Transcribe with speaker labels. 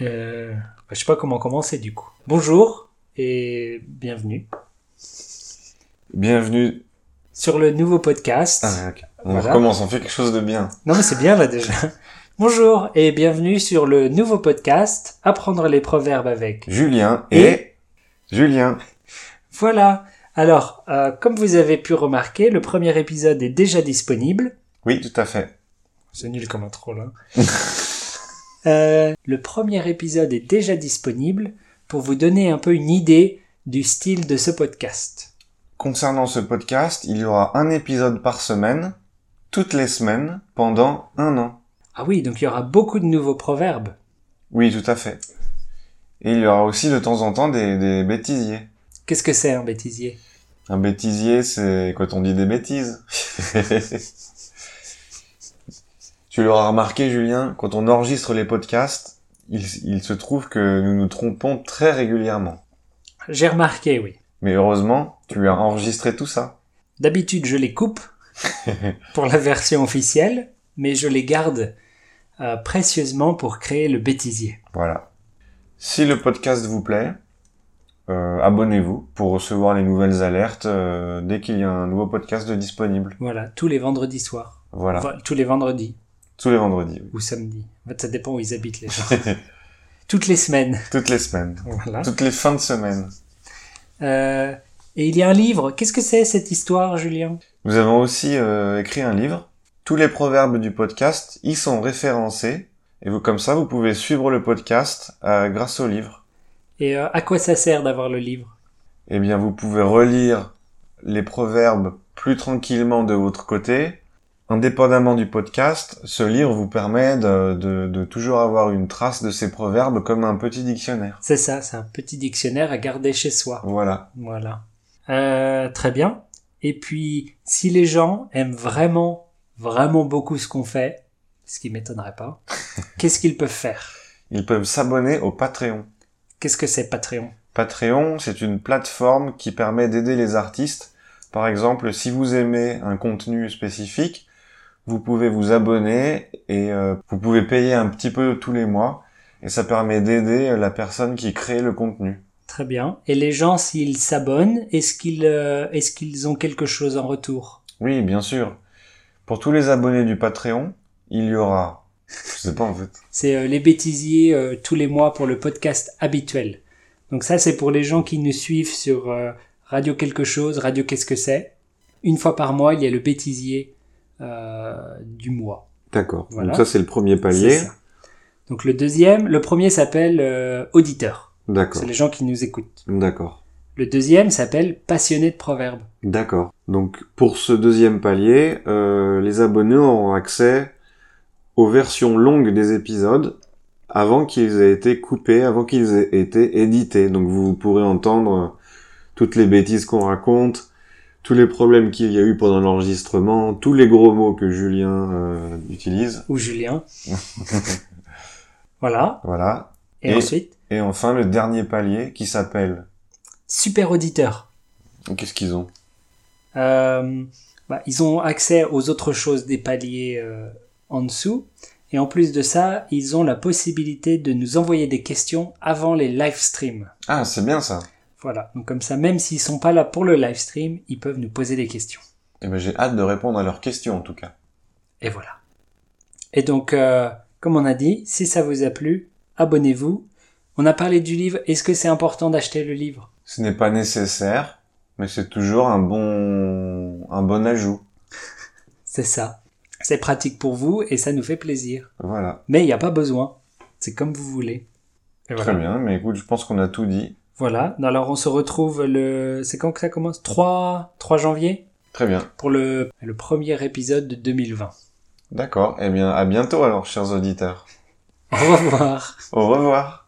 Speaker 1: Euh, je sais pas comment commencer du coup. Bonjour et bienvenue
Speaker 2: Bienvenue.
Speaker 1: sur le nouveau podcast.
Speaker 2: Ah, ok. On
Speaker 1: Voilà.
Speaker 2: recommence, on fait quelque chose de bien.
Speaker 1: Non mais c'est bien là déjà. Bonjour et bienvenue sur le nouveau podcast Apprendre les proverbes avec.
Speaker 2: Julien et,
Speaker 1: Et
Speaker 2: Julien.
Speaker 1: Voilà. Alors, euh, comme vous avez pu remarquer, le premier épisode est déjà disponible.
Speaker 2: Oui, tout à fait.
Speaker 1: C'est nul comme intro là. Euh, le premier épisode est déjà disponible pour vous donner un peu une idée du style de ce podcast.
Speaker 2: Concernant ce podcast, il y aura un épisode par semaine, toutes les semaines, pendant un an.
Speaker 1: Ah oui, donc il y aura beaucoup de nouveaux proverbes.
Speaker 2: Oui, tout à fait. Et il y aura aussi de temps en temps des, des bêtisiers.
Speaker 1: Qu'est-ce que c'est un bêtisier
Speaker 2: Un bêtisier, c'est quand on dit des bêtises. tu l'auras remarqué, Julien, quand on enregistre les podcasts, il- il se trouve que nous nous trompons très régulièrement.
Speaker 1: J'ai remarqué, oui.
Speaker 2: Mais heureusement, tu as enregistré tout ça.
Speaker 1: D'habitude, je les coupe pour la version officielle, mais je les garde euh, précieusement pour créer le bêtisier.
Speaker 2: Voilà. Si le podcast vous plaît, euh, abonnez-vous pour recevoir les nouvelles alertes euh, dès qu'il y a un nouveau podcast de disponible.
Speaker 1: Voilà, tous les vendredis soirs.
Speaker 2: Voilà.
Speaker 1: Enfin, tous les vendredis
Speaker 2: Tous les vendredis. oui.
Speaker 1: ou samedis. En fait, ça dépend où ils habitent, les gens. Toutes les semaines.
Speaker 2: Toutes les semaines.
Speaker 1: Voilà.
Speaker 2: Toutes les fins de semaine.
Speaker 1: Euh, et il y a un livre. Qu'est-ce que c'est cette histoire, Julien
Speaker 2: Nous avons aussi euh, écrit un livre. Tous les proverbes du podcast y sont référencés. Et vous, comme ça, vous pouvez suivre le podcast euh, grâce au livre.
Speaker 1: Et euh, à quoi ça sert d'avoir le livre
Speaker 2: eh bien vous pouvez relire les proverbes plus tranquillement de votre côté. Indépendamment du podcast, ce livre vous permet de, de- de toujours avoir une trace de ces proverbes comme un petit dictionnaire.
Speaker 1: C'est ça, c'est un petit dictionnaire à garder chez soi.
Speaker 2: Voilà.
Speaker 1: Voilà. Euh, très bien. Et puis, si les gens aiment vraiment, vraiment beaucoup ce qu'on fait, ce qui m'étonnerait pas, qu'est-ce qu'ils peuvent faire
Speaker 2: Ils peuvent s'abonner au Patreon.
Speaker 1: Qu'est-ce que c'est Patreon
Speaker 2: Patreon, c'est une plateforme qui permet d'aider les artistes. Par exemple, si vous aimez un contenu spécifique, vous pouvez vous abonner et euh, vous pouvez payer un petit peu tous les mois. Et ça permet d'aider la personne qui crée le contenu.
Speaker 1: Très bien. Et les gens, s'ils s'abonnent, est-ce qu'ils euh, est-ce qu'ils ont quelque chose en retour
Speaker 2: Oui, bien sûr. Pour tous les abonnés du Patreon, il y aura... Je sais pas en fait.
Speaker 1: C'est euh, les bêtisiers euh, tous les mois pour le podcast habituel. Donc ça, c'est pour les gens qui nous suivent sur euh, Radio Quelque chose, Radio Qu'est-ce que c'est. Une fois par mois, il y a le bêtisier euh, du mois.
Speaker 2: D'accord.
Speaker 1: Voilà.
Speaker 2: Donc ça c'est le premier
Speaker 1: C'est
Speaker 2: palier.
Speaker 1: ça. Donc le deuxième, le premier s'appelle euh, auditeur,
Speaker 2: D'accord.
Speaker 1: c'est les gens qui nous écoutent.
Speaker 2: D'accord.
Speaker 1: Le deuxième s'appelle passionné de proverbes.
Speaker 2: D'accord. Donc pour ce deuxième palier, euh, les abonnés auront accès aux versions longues des épisodes avant qu'ils aient été coupés, avant qu'ils aient été édités. Donc vous pourrez entendre euh, toutes les bêtises qu'on raconte, tous les problèmes qu'il y a eu pendant l'enregistrement, tous les gros mots que Julien euh, utilise.
Speaker 1: Ou Julien. voilà.
Speaker 2: Voilà.
Speaker 1: Et,
Speaker 2: Et-
Speaker 1: ensuite,
Speaker 2: Et enfin, le dernier palier qui s'appelle.
Speaker 1: super auditeur.
Speaker 2: Qu'est-ce qu'ils ont
Speaker 1: Euh, bah, ils ont accès aux autres choses des paliers euh, en dessous. Et en plus de ça, ils ont la possibilité de nous envoyer des questions avant les live streams.
Speaker 2: Ah, c'est bien ça.
Speaker 1: Voilà. Donc comme ça, même s'ils sont pas là pour le live stream, ils peuvent nous poser des questions.
Speaker 2: Eh ben, j'ai hâte de répondre à leurs questions en tout cas.
Speaker 1: Et voilà. Et donc, euh, comme on a dit, si ça vous a plu, abonnez-vous. On a parlé du livre. Est-ce que c'est important d'acheter le livre
Speaker 2: Ce n'est pas nécessaire, mais c'est toujours un bon, un bon ajout.
Speaker 1: C'est ça. C'est pratique pour vous et ça nous fait plaisir.
Speaker 2: Voilà.
Speaker 1: Mais il n'y a pas besoin. C'est comme vous voulez. Et
Speaker 2: Très
Speaker 1: voilà.
Speaker 2: bien. Mais écoute, je pense qu'on a tout dit.
Speaker 1: Voilà. Alors on se retrouve le. C'est quand que ça commence 3... 3 janvier
Speaker 2: Très bien.
Speaker 1: pour le... le premier épisode de 2020.
Speaker 2: D'accord. Eh bien, à bientôt alors, chers auditeurs.
Speaker 1: Au revoir.
Speaker 2: Au revoir.